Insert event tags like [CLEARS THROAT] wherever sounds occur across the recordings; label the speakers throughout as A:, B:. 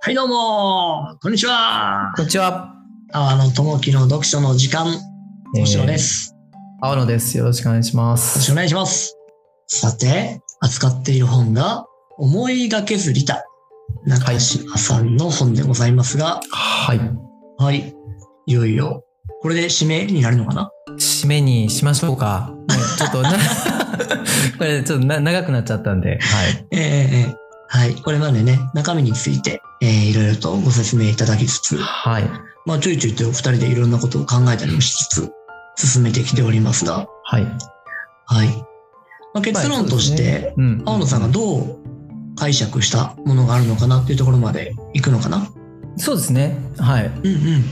A: はい、どうもこんにちは
B: こんにちは。
A: あの、ともきの読書の時間、
B: えー
A: 星野で。す。
B: 青野です。よろしくお願いしま
A: よろし
B: す。
A: くお願いします。さて、扱っている本が、思いがけずリタ、中島さんの本でございますが、
B: はい。
A: はい、い、よいよ、これで締めになるのかな
B: 締めにしましょうか。ねちょっ [LAUGHS] とな、これちょっとな長くなっちゃったんで。はい。
A: ええええはい、これまでね、中身について、ええいろいろとご説明いただきつつ、
B: はい。
A: まあ、ちょいちょいとお二人でいろんなことを考えたりもしつつ、進めてきておりますが、
B: はい。
A: はい。まあ、結論として、
B: まあうん。
A: 青野さんがどう解釈したものがあるのかなっていうところまで行くのかな
B: そうですね。はい。
A: うんうん。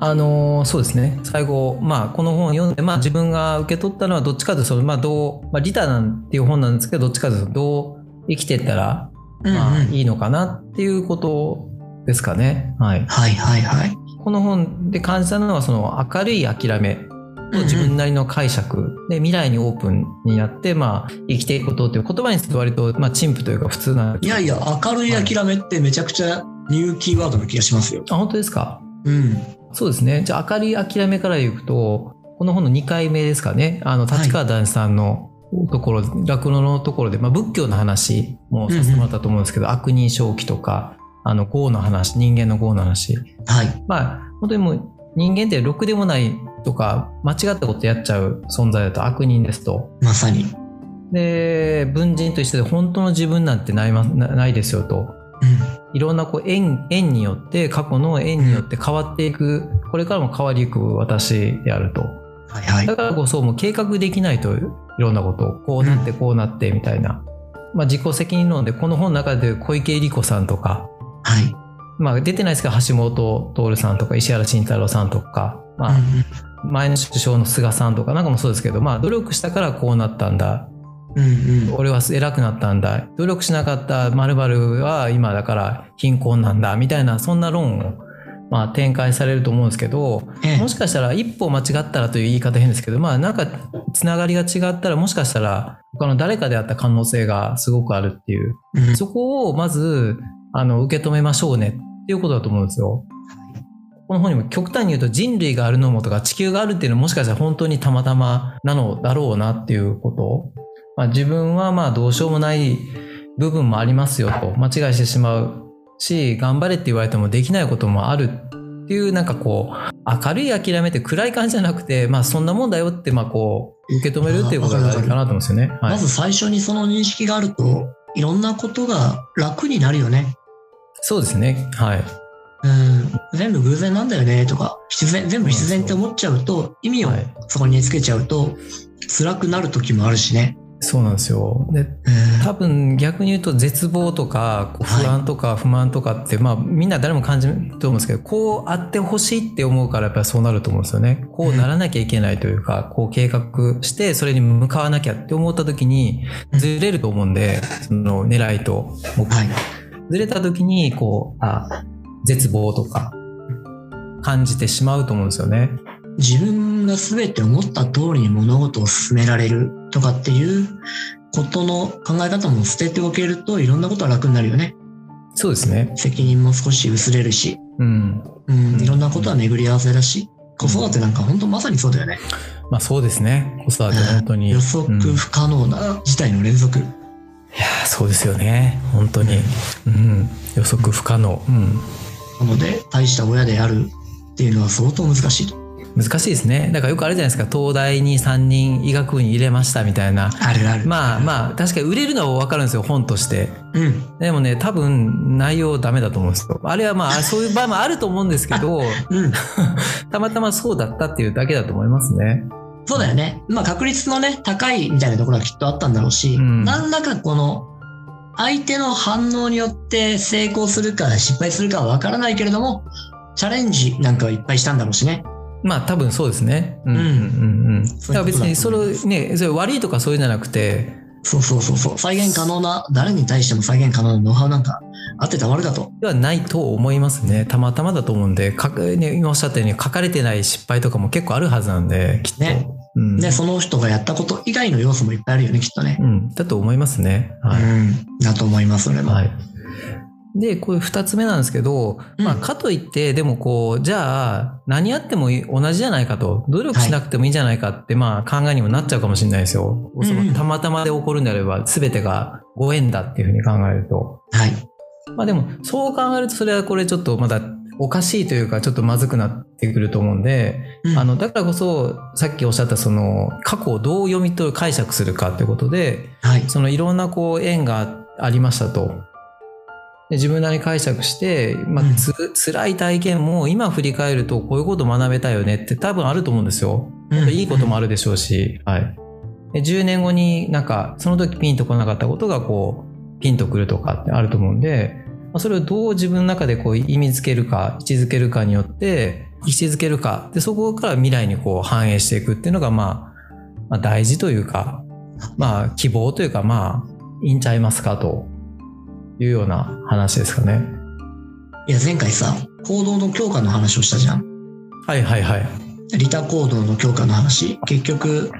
B: あのーそうですね最後、まあ、この本を読んで、まあ、自分が受け取ったのはどっちかというとその、まあどうまあ、リタなんていう本なんですけどどっちかというとどう生きてったら、
A: うんうん
B: まあ、いいのかなっていうことですかね。はい、
A: はいはいはい。
B: この本で感じたのはその明るい諦めと自分なりの解釈、で未来にオープンになって、まあ、生きていくことという言葉にすると割と、まあ、陳腐というか普通なんです
A: い
B: けど
A: やいや、明るい諦めってめちゃくちゃニューキーワードな気がしますよ。
B: あ本当ですか
A: うん。
B: そうですね。じゃあ、明るい諦めから言うと、この本の2回目ですかね。あの、
A: はい
B: 立川談志さんのところ、落語のところで、まあ、仏教の話もさせてもらったと思うんですけど、悪人正気とか、あの、業の話、人間の業の話。
A: はい。
B: まあ、本当にもう、人間ってろくでもないとか、間違ったことやっちゃう存在だと悪人ですと。
A: まさに。
B: で、文人と一緒で本当の自分なんてないまなないですよと。
A: う
B: いろんなこう縁縁によって過去の縁によって変わっていく、これからも変わりゆく私であると
A: ん。はいはい
B: だ。からこそもう計画できないといろんなことをこうなってこうなってみたいな、まあ、自己責任論でこの本の中で小池百合子さんとか、
A: はい。
B: まあ、出てないですけど橋本徹さんとか石原慎太郎さんとか、まあ、前の首相の菅さんとかなんかもそうですけど、まあ、努力したからこうなったんだ
A: うんうん。うん
B: 俺は偉くなったんだ努力しなかった〇〇は今だから貧困なんだみたいなそんな論を、まあ、展開されると思うんですけど
A: ええ
B: もしかしたら一歩間違ったらという言い方変ですけどまあなんかつながりが違ったらもしかしたら他の誰かであった可能性がすごくあるっていう
A: うん
B: そこをまずあの受け止めましょうねっていうことだと思うんですよ。この本にも極端に言うと人類があるのもとか地球があるっていうのはもしかしたら本当にたまたまなのだろうなっていうこと、まあ、自分はまあどうしようもない部分もありますよと間違いしてしまうし頑張れって言われてもできないこともあるっていうなんかこう明るい諦めって暗い感じじゃなくてまあそんなもんだよってまあこう受け止めるっていうことが大事かなと思うんですよね。はい
A: まず最初にその認識があると、いろんなことが楽になるよね。
B: そうですね。はい。
A: うん。全部偶然なんだよねとか、必然、全部必然って思っちゃうと、意味を
B: はい
A: そこにつけちゃうと、辛くなる時もあるしね。
B: そうなんですよ。で
A: うん
B: 多分逆に言うと絶望とかこう
A: はい
B: 不安とか不満とかって、まあみんな誰も感じると思うんですけどこうあってほしいって思うからやっぱりそうなると思うんですよねこうならなきゃいけないというか、こう計画してそれに向かわなきゃって思った時にずれると思うんでその狙いと目標
A: はい。
B: ずれた時にこうあ絶望とか感じてしまうと思うんですよね。
A: 自分が全て思った通りに物事を進められるとかっていうことの考え方も捨てておけるといろんなことは楽になるよね。
B: そうですね。
A: 責任も少し薄れるし、
B: うん。
A: うん、いろんなことは巡り合わせだし、子育てなんか本当まさにそうだよね。
B: まあそうですね。子育て本当に。
A: 予測
B: うん
A: 不可能な事態の連続。
B: いやーそうですよね本当に、うん、予測不可能、うん、
A: なので、大した親であるっていうのは相当難しいと。
B: 難しいですねだからよくあるじゃないですか東大に3人医学部に入れましたみたいな
A: あるある。
B: まあまあ確かに売れるのは分かるんですよ本として
A: うん。
B: でもね多分内容ダメだと思うんですよあれはまあそういう場合もあると思うんですけど [LAUGHS]
A: うん。
B: たまたまそうだったっていうだけだと思いますね
A: そうだよね。まあ確率のね、高いみたいなところはきっとあったんだろうし、
B: うん
A: 何らかこの、相手の反応によって成功するか失敗するかはわからないけれども、チャレンジなんかはいっぱいしたんだろうしね。
B: まあ多分そうですねうん
A: う
B: うんんうんだから別に
A: そ
B: そう
A: いうことだと思い
B: れねそれ悪いとかそういうんじゃなくて
A: そうそうそうそう。再現可能な、誰に対しても再現可能なノウハウなんかあってたまるかと。
B: ではないと思いますね。たまたまだと思うんで、かね、今おっしゃったように書かれてない失敗とかも結構あるはずなんで、きっと。
A: ね
B: うん
A: で、その人がやったこと以外の要素もいっぱいあるよね、きっとね。
B: うん、だと思いますね。はい。
A: うん。だと思います、俺も。
B: はいで、こういう二つ目なんですけど、
A: うん
B: まあ、かといって、でもこう、じゃあ、何やっても同じじゃないかと、努力しなくてもいいんじゃないかって、まあ、考えにもなっちゃうかもしれないですよ。
A: うん
B: そのたまたまで起こるんであれば、全てがご縁だっていうふうに考えると。
A: はい。
B: まあでもそう考えるとそれはこれちょっとまだおかしいというかちょっとまずくなってくると思うんで、
A: うん
B: あのだからこそさっきおっしゃったその過去をどう読み取る解釈するかということで
A: はい。
B: そのいろんなこう縁がありましたと。で自分なりに解釈して、ま
A: うん
B: あ、つ辛い体験も今振り返るとこういうこと学べたよねって多分あると思うんですよ。
A: うん
B: いいこともあるでしょうし、はい、で10年後になんかその時ピンとこなかったことがこうピンとくるとかってあると思うんでまあそれをどう自分の中でこう意味づけるか位置づけるかによって位置づけるかでそこから未来にこう反映していくっていうのが、まあ、まあ大事というか、まあ、希望というかまあいいんちゃいますかというような話ですかね。
A: いや、前回さ、行動の強化の話をしたじゃん。
B: はいはいはい。
A: 利他行動の強化の話。結局、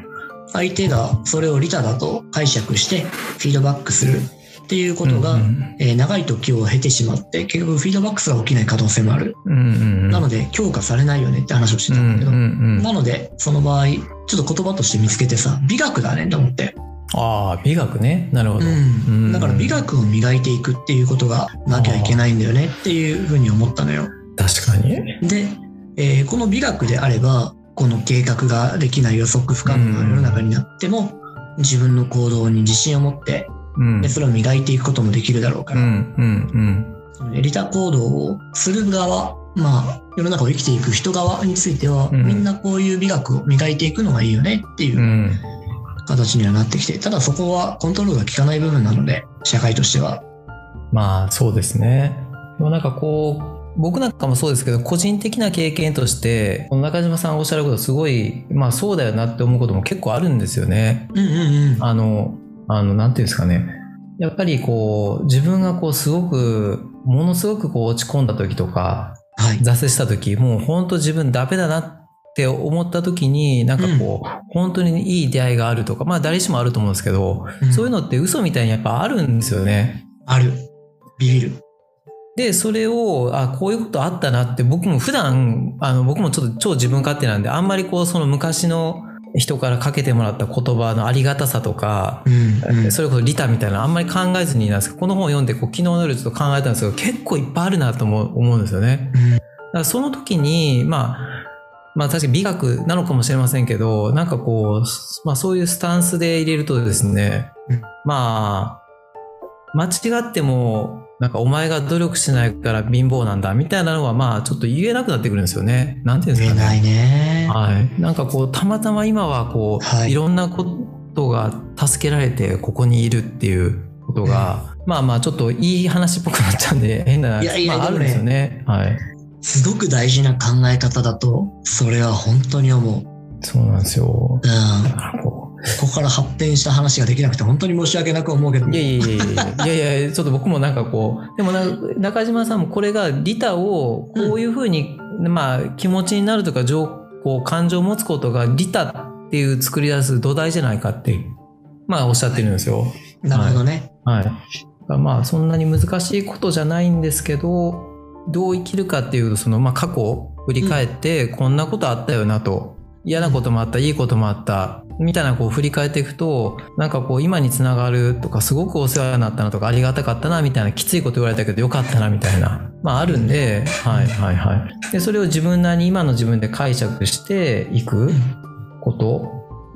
A: 相手がそれを利他だと解釈して、フィードバックするっていうことが、
B: うん
A: えー長い時を経てしまって、結局フィードバックすら起きない可能性もある。
B: うんうんうんうん、
A: なので、強化されないよねって話をして
B: う
A: たんだ
B: ん
A: け
B: う
A: ど、
B: んうん
A: なので、その場合、ちょっと言葉として見つけてさ、美学だねって思って。
B: ああ美学ねなるほど。
A: うん
B: うん
A: だから美学を磨いていくっていうことがなきゃいけないんだよねっていうふうに思ったのよ。
B: 確かに。
A: で、えーこの美学であれば、この計画ができない予測不可能な世の中になっても、自分の行動に自信を持って、
B: うん
A: でそれを磨いていくこともできるだろうか
B: う
A: ら、
B: んうん
A: 利他行動をする側、まあ、世の中を生きていく人側については、
B: うん
A: みんなこういう美学を磨いていくのがいいよねっていううん
B: うん
A: 形にはなってきて、ただそこはコントロールが効かない部分なので、社会としては。
B: まあそうですねでもなんかこう僕なんかもそうですけど個人的な経験としてこの中島さんがおっしゃることすごいまあそうだよなって思うことも結構あるんですよね
A: うんうんうん。
B: あのあのなんていうんですかねやっぱりこう自分がこうすごくものすごくこう落ち込んだ時とか
A: はい。
B: 挫折した時もう本当自分ダメだなって思った時になんかこう、本当にいい出会いがあるとかまあ誰しもあると思うんですけど、
A: うん
B: そういうのって嘘みたいにやっぱあるんですよね。
A: ある。ビビる。
B: でそれをあこういうことあったなって僕も普段あの僕もちょっと超自分勝手なんであんまりこうその昔の人からかけてもらった言葉のありがたさとか
A: う、ん、うん。
B: それこそリタみたいなのあんまり考えずになんですけどこの本を読んでこう昨日の夜ちょっと考えたんですけど結構いっぱいあるなとも思うんですよね。
A: うん
B: だからその時に、まあ、まあ確かに美学なのかもしれませんけど、なんかこう、まあそういうスタンスで入れるとですね、
A: うん
B: まあ、間違っても、なんかお前が努力しないから貧乏なんだみたいなのはまあちょっと言えなくなってくるんですよね。なんていうんで
A: 言
B: す
A: え
B: かね。
A: ないね。
B: はい。なんかこう、たまたま今はこう、
A: はい
B: い、ろんなことが助けられてここにいるっていうことが、まあまあちょっといい話っぽくなっちゃうんで変な、
A: いやいや
B: まあ、あ
A: でも
B: るん
A: ね
B: ですよね。はい。
A: すごく大事な考え方だと、それは本当に思う。うん。
B: そうなんですよ。
A: こ
B: こ
A: こから発展した話ができなくて本当に申し訳なく思うけど
B: ういやいやいやいやいやいやちょっと僕もなんかこうでもな中島さんもこれがリタをこういうふうに、まあ気持ちになるとか情こう感情を持つことがリタっていう作り出す土台じゃないかってまあおっしゃってるんですよ。
A: なるほどね。
B: はい、だからまあそんなに難しいことじゃないんですけどどう生きるかっていうその、まあ、過去を振り返って、こんなことあったよなと嫌なこともあったいいこともあったみたいなこう振り返っていくとなんかこう今につながるとかすごくお世話になったなとかありがたかったなみたいなきついこと言われたけどよかったなみたいなまああるんで、はいはいはい、でそれを自分なりに今の自分で解釈していく。こと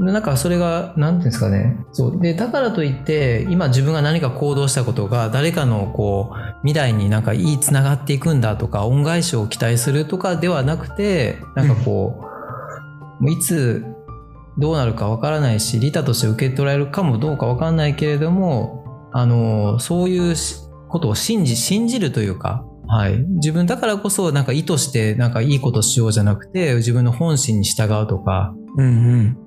B: でなんかそれが何ていうんですかねそうでだからといって今自分が何か行動したことが誰かのこう未来になんかいいつながっていくんだとか恩返しを期待するとかではなくてなんかこう、もういつどうなるかわからないし利他として受け取られるかもどうかわかんないけれどもあのそういうしことを信じ信じるというか、はい、自分だからこそなんか意図してなんかいいことしようじゃなくて自分の本心に従うとか
A: うんうん。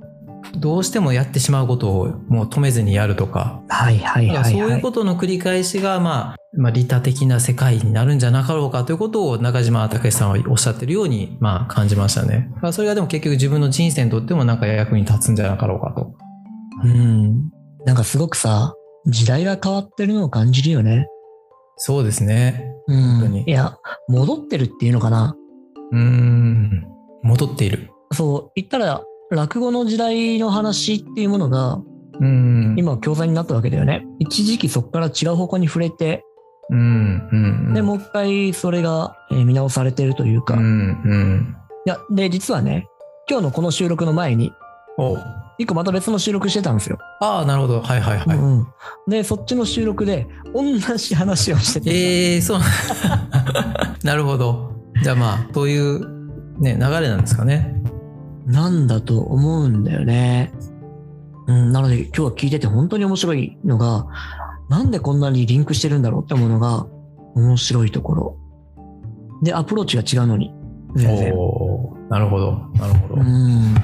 B: どうしてもやってしまうことをもう止めずにやるとか、
A: はいはい
B: だからそういうことの繰り返しが、まあ、まあ、利他的な世界になるんじゃなかろうかということを中島武さんはおっしゃってるように、まあ、感じましたね。だからそれがでも結局自分の人生にとってもなんか役に立つんじゃなかろうかと。
A: うん。なんかすごくさ、時代が変わってるのを感じるよね。
B: そうですね。
A: う
B: 本当
A: ん。
B: に
A: いや、戻ってるっていうのかな。
B: うーん。戻っている。
A: そう、言ったら、落語の時代の話っていうものが、
B: うーん。
A: 今、教材になったわけだよね。一時期そこから違う方向に触れて、
B: うん。うん。
A: で、もう一回それがえー見直されてるという
B: う
A: か。
B: ん。う
A: い
B: ん。
A: や、で、実はね、今日のこの収録の前に、
B: お
A: 一個また別の収録してたんですよ。
B: ああ、なるほど。はいはいはい。
A: うんうんで、そっちの収録で、同じ話をしてて。
B: ええそう。 [LAUGHS] なるほど。じゃあまあ、そういう、ね、流れなんですかね。
A: なんだと思うんだよね。うん、なので今日は聞いてて本当に面白いのが、なんでこんなにリンクしてるんだろうって思うのが面白いところ。で、アプローチが違うのに。全然。
B: おーなるほど。なるほど。
A: うん。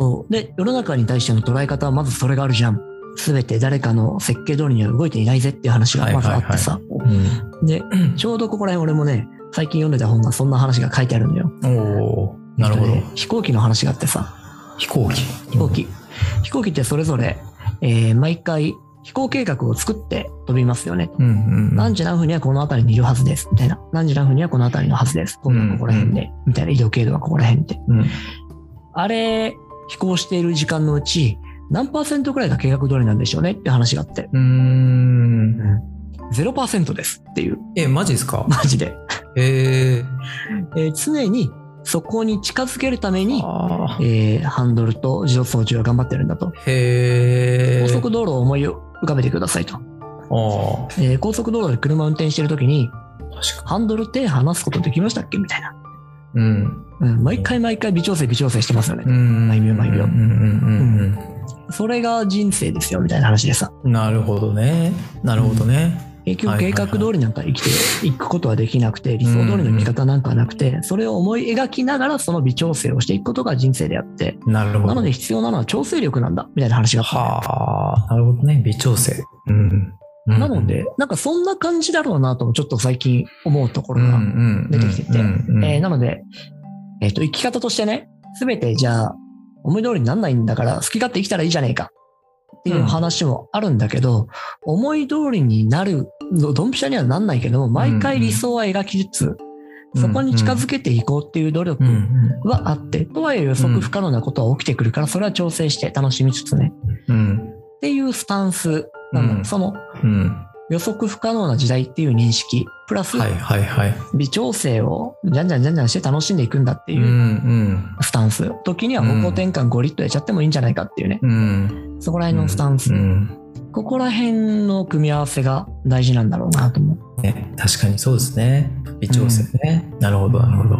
A: そう。で、世の中に対しての捉え方はまずそれがあるじゃん。すべて誰かの設計通りには動いていないぜっていう話がまずあってさ。
B: うん [CLEARS THROAT]
A: で、ちょうどここら辺俺もね、最近読んでた本がそんな話が書いてあるのよ。
B: おおなるほど。
A: えっとね飛行機の話があってさ。
B: 飛行機。
A: 飛行。機。飛行機ってそれぞれ、えー毎回飛行計画を作って飛びますよね。
B: うんうん。
A: 何時何分にはこの辺りにいるはずです。みたいな。何時何分にはこの辺りのはずです。今度はここら辺で。みたいな。移動経路はここら辺で。
B: うん
A: あれ、飛行している時間のうち、何パーセントくらいが計画通りなんでしょうねって話があって。
B: うーん。
A: 0%ですっていう。
B: え、マジですか
A: マジで。
B: ええ
A: えー常にそこに近づけるために、
B: あー
A: えーハンドルと自動装置は頑張ってるんだと。
B: へえ。
A: 高速道路を思い浮かべてくださいと。
B: ああ、
A: えー高速道路で車を運転してるときに、
B: 確か
A: ハンドル手離すことできましたっけみたいな。
B: に。うん。
A: うん、毎回毎回微調整微調整してますよね。
B: うん。
A: 毎秒毎秒
B: うんうんうん
A: それが人生ですよ、みたいな話でさ。
B: うん。なるほどね。なるほどね。
A: 結
B: は
A: 局
B: いは
A: 計
B: いはい
A: 画通りなんか生きていくことはできなくて、理想通りの生き方なんかはなくて、それを思い描きながらその微調整をしていくことが人生であって、
B: なるほ
A: な
B: ど。
A: ので必要なのは調整力なんだ、みたいな話があった。
B: はあ、なるほどね。微調整。うん。うん
A: なので、、なんかそんな感じだろうなともちょっと最近思うとこ
B: う
A: ろ
B: んう
A: が
B: ん、
A: 出てきてて
B: うんうん
A: えーなので、えっ、と、生き方としてね、すべてじゃあ、思い通りになんないんだから、好き勝手生きたらいいじゃねえかっていう話もあるんだけど、思い通りになる、どドンピシャにはなんないけども、毎回理想は描きつつ、
B: うん
A: そこに近づけていこうっていう努力
B: うん
A: はあって、とはいえ予測不可能なことは起きてくるから、それは調整して楽しみつつね、
B: うんうん
A: っていうスタンスなんだ、
B: うん
A: その
B: うん
A: 予測不可能な時代っていう認識、プラス
B: はいはいはい。
A: 微調整をじゃんじゃんじゃんじゃんして楽しんでいくんだって
B: う
A: い
B: ん
A: う、
B: うん
A: スタンス時には方向転換ゴリッとやっちゃってもいいんじゃないかっていうね、
B: うん。
A: そこら辺のスタンス、
B: うん
A: ここら辺の組み合わせが大事なんだろうなと思う、
B: ね、確かにそうですね。微調整ね。なるほどなるほど。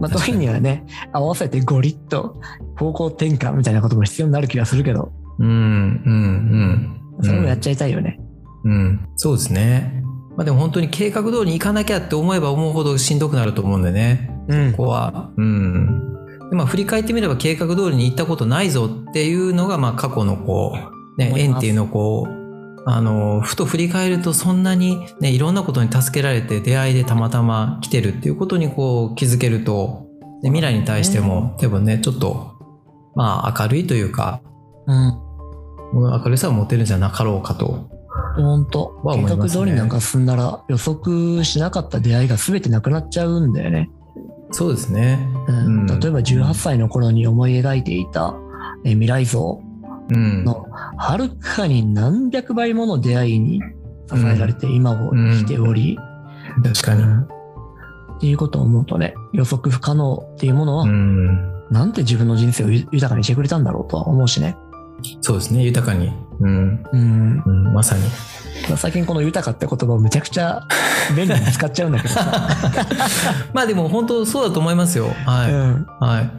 A: まあ、
B: 確か
A: 時
B: に
A: にはね合わせてゴリッと方向転換みたいなことも必要になる気がするけど
B: うんうんうん。
A: それもやっ
B: ゃ
A: ちゃいたいよね、
B: うん。そうですね。まあでも本当に計画通りに行かなきゃって思えば思うほどしんどくなると思うんでね。
A: うん
B: ここは、うん。でまあ、振り返ってみれば計画通りに行ったことないぞっていうのが、まあ、過去のこう、ね、
A: 思い
B: 縁
A: ます
B: っていうのをこう、あの、ふと振り返るとそんなにね、いろんなことに助けられて出会いでたまたま来てるっていうことにこう気づけると、で未来に対しても多分ね、ちょっと、まあ明るいというか、
A: うん
B: 明るさを持てるんじゃなかろうかと。
A: ほんと
B: は
A: 計
B: 思いますね
A: 画通りなんか進んだら予測しなかった出会いが全てなくなっちゃうんだよね、
B: そうですね。
A: うん例えば18歳の頃に思い描いていたえ未来像
B: うん
A: のはるかに何百倍もの出会いに支えられて今を生きており、
B: 確かに。
A: っていうことを思うとね、予測不可能っていうものは、
B: うん
A: なんて自分の人生を豊かにしてくれたんだろうとは思うしね。
B: そうですね、豊かに。うん、
A: うん。
B: うん、まさに。
A: 最近この豊かって言葉をめちゃくちゃ便利に使っちゃうんだけどさ。
B: まあでも本当そうだと思いますよ。 [LAUGHS] はい。
A: うん。
B: はい。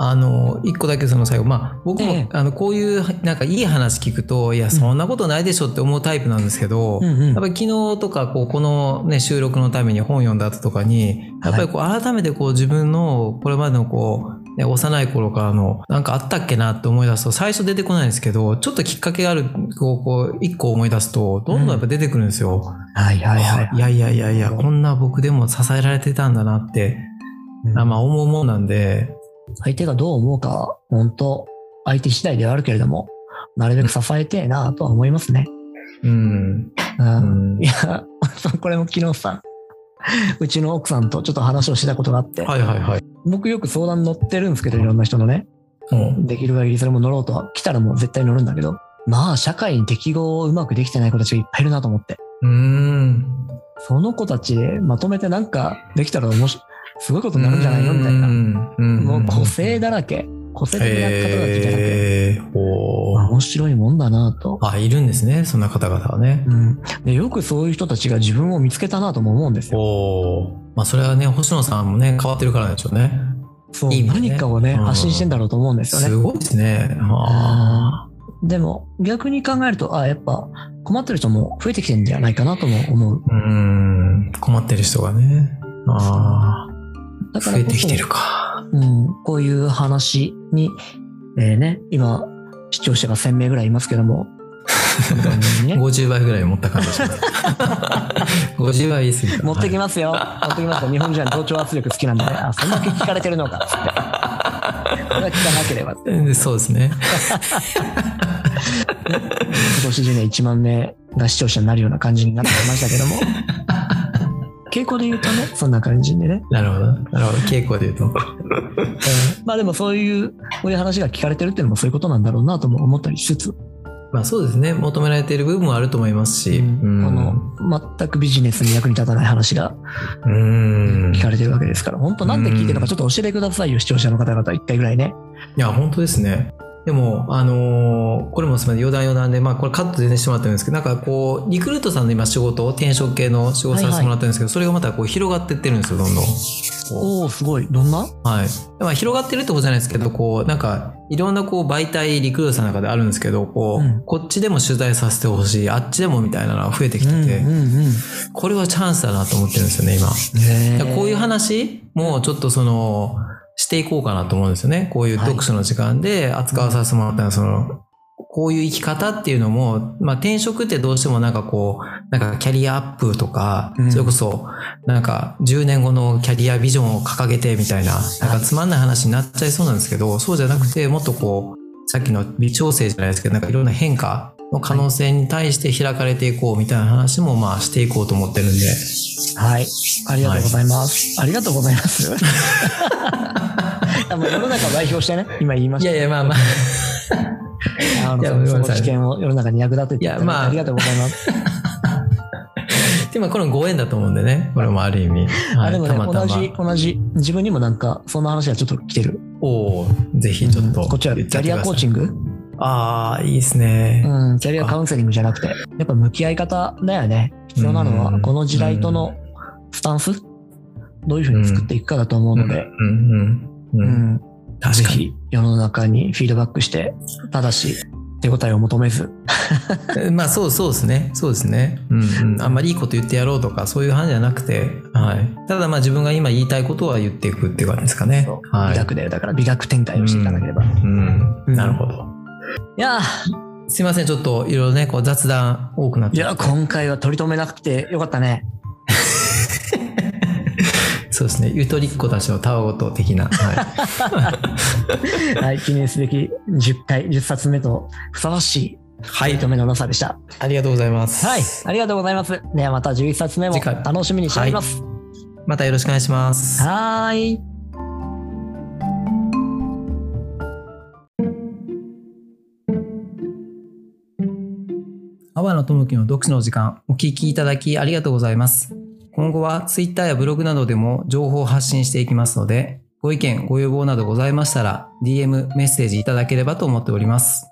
B: あの、一個だけその最後、まあ僕も、
A: ええ
B: あの、こういう、なんかいい話聞くと、いや、そんなことないでしょって思うタイプなんですけど、
A: うんうん
B: やっぱり昨日とかこうこの、ね、収録のために本読んだ後とかにやっぱりこう改めてこう自分のこれまでのこう、ね、幼い頃からのなんかあったっけなって思い出すと最初出てこないんですけどちょっときっかけがあるこうこう一個思い出すとどんどんやっぱ出てくるんですよ。
A: はいはいはい
B: あ
A: はい。
B: いやいやいやいや、こんな僕でも支えられてたんだなって、
A: うん
B: あまあ思うもんなんで、
A: 相手がどう思うかは、本当相手次第ではあるけれども、なるべく支えてえなとは思いますね。
B: うん。
A: う。
B: うんん
A: いや、 [LAUGHS] そうこれも昨日さ、うちの奥さんとちょっと話をしてたことがあって、
B: はいはいはい。
A: 僕よく相談乗ってるんですけど、いろんな人のね、
B: うん
A: できる限りそれも乗ろうとは、来たらもう絶対乗るんだけど、まあ社会に適合をうまくできてない子たちがいっぱいいるなと思って、
B: うーん。
A: その子たちまとめてなんかできたら面白い、すごいことになるんじゃないのみたいな
B: う。んうん
A: もう個性だらけ、個性的な方たちだらけ、
B: へーほ
A: まあ
B: ー
A: 面白いもんだなと。
B: あ、いるんですね、そんな方々はね
A: う。ん、でよくそういう人たちが自分を見つけたなとも思うんですよ。
B: おお。まあ、それはね、星野さんもね、変わってるからなんでしょうね。
A: そう
B: いいね
A: 何かをね、
B: うん
A: 発信してんだろうと思うんですよ
B: す
A: ね。
B: ごいですね。あ
A: でも逆に考えると、あやっぱ困ってる人も増えてきてんじゃないかなとも思う。
B: ーうーん。困ってる人がね。あ
A: だ
B: あ。
A: か
B: 増
A: ら
B: え
A: こ
B: てき
A: そ
B: て、るか。
A: うん、こういう話に、えーね、今、視聴者が1000名ぐらいいますけど
B: [LAUGHS]
A: も、本当にね
B: 50倍ぐらい持った感じし [LAUGHS] ます。50倍言い過ぎた。
A: 持ってき
B: ま
A: ますよ。持ってきますよ。日本人は同調圧力好きなん
B: [LAUGHS]
A: でね、あ、そんだけ聞かれてるのか、つって。これは聞かなければ。今
B: す。そうですね。
A: 年中に1万名が視聴者になるような感じになってましたけども。
B: [LAUGHS]
A: 傾向で言うとね、そんな感じでね。
B: なるほど。なるほど。傾向で言うと。
A: まあでもそういう、こういう話が聞かれてるっていうのもそういうことなんだろうなとも思ったりしつつ、
B: まあそうですね。求められている部分もあると思いますし。うん
A: この全くビジネスに役に立たない話が
B: うん。
A: 聞かれてるわけですから、本当なんで聞いてるのかちょっと教えてくださいよ、視聴者の方々一回ぐらいね。
B: いや、本当ですね。でも、あのーこれもすみません、余談余談で、まあ、これカット全然してもらってるんですけど、なんかこう、リクルートさんの今仕事を、転職系の仕事をさせてもらってるんですけど、それがまたこう広がってってるんですよ、どんどん。こ
A: おおすごい。どんな
B: うはい。まあ、広がってるってことじゃないですけど、こう、なんか、いろんなこう、媒体、リクルートさんの中であるんですけど、こう、
A: うん
B: こっちでも取材させてほしい、あっちでもみたいなのが増えてきてて、
A: うんうん。
B: これはチャンスだなと思ってるんですよね、今。
A: ねえ
B: こういう話もちょっとそのしていこうかなと思うんですよね。こういう読書の時間で扱わさせてもらったのはそのこういう生き方っていうのも、まあ、転職ってどうしてもなんかこう、なんかキャリアアップとか、
A: うん
B: それこそ、なんか10年後のキャリアビジョンを掲げてみたいな、なんかつまんない話になっちゃいそうなんですけど、そうじゃなくて、もっとこう、さっきの微調整じゃないですけど、なんかいろんな変化の可能性に対して開かれていこうみたいな話も、まあしていこうと思ってるんで、
A: はい。ありがとうございます。ありがとうござい [LAUGHS] ます。あもう世の中を代表してね、今言いま
B: い
A: し
B: やいや、まあまあ、
A: た。あ
B: いや
A: のそ
B: ごめん
A: の
B: なさ
A: 知
B: い
A: 見を世の中に役立てていただいて
B: いやまあ
A: ありがとうございます。
B: でもこれもご縁だと思うんでね、これもある意味。は
A: あ
B: い、
A: でもね、
B: たまた
A: 同。
B: ま
A: じ、同じ、自分にもなんか、そんな話がちょっと来てる。
B: おお、ぜひちょっと、
A: うんこっちはキ
B: 言
A: ャ
B: て
A: リアコーチ
B: ング。
A: ング
B: ああ、いいですね。
A: うん、キャリアカウンセリングじゃなくて、やっぱ向き合い方だよね。必要なの
B: う
A: は、
B: ん
A: この時代とのスタンスどういうふうに作っていくかだと思うので、
B: うんうん
A: う
B: うんうん。
A: ん、ぜ
B: 確か
A: ひ世の中にフィードバックして、ただし、手応えを求めず、
B: に。 [LAUGHS] まあそうそうですね。そうですね。うんうん。あんまりいいこと言ってやろうとか、そういう話じゃなくて、はい。ただまあ自分が今言いたいことは言っていくっていう感じですかね。はい。
A: 美学で、だから美学展開をしていかなければ。
B: う
A: い
B: ん。
A: う
B: うんん、なるほど。
A: や
B: すいません、ちょっといろいろね、こう雑談多くなっ
A: ー、い
B: て。
A: や、今回は取り留めなくてよかった
B: [LAUGHS]
A: ね。
B: そうですね。ゆとりっ子たちのたわごと的な。
A: [LAUGHS]
B: はい。
A: はい、記念すべき10回、10冊目とふさわしい
B: は
A: 取り
B: い
A: 留。めのなさでした。
B: ありがとうございます。
A: はい、ありがとうございます。ではまた11冊目も
B: 次回
A: 楽しみにしております。
B: またよろしくお願いします。
A: はーい。
B: 阿波野智樹の読書の時間、お聞きいただきありがとうございます。今後は Twitter やブログなどでも情報を発信していきますので、ご意見、ご要望などございましたら、DM、メッセージいただければと思っております。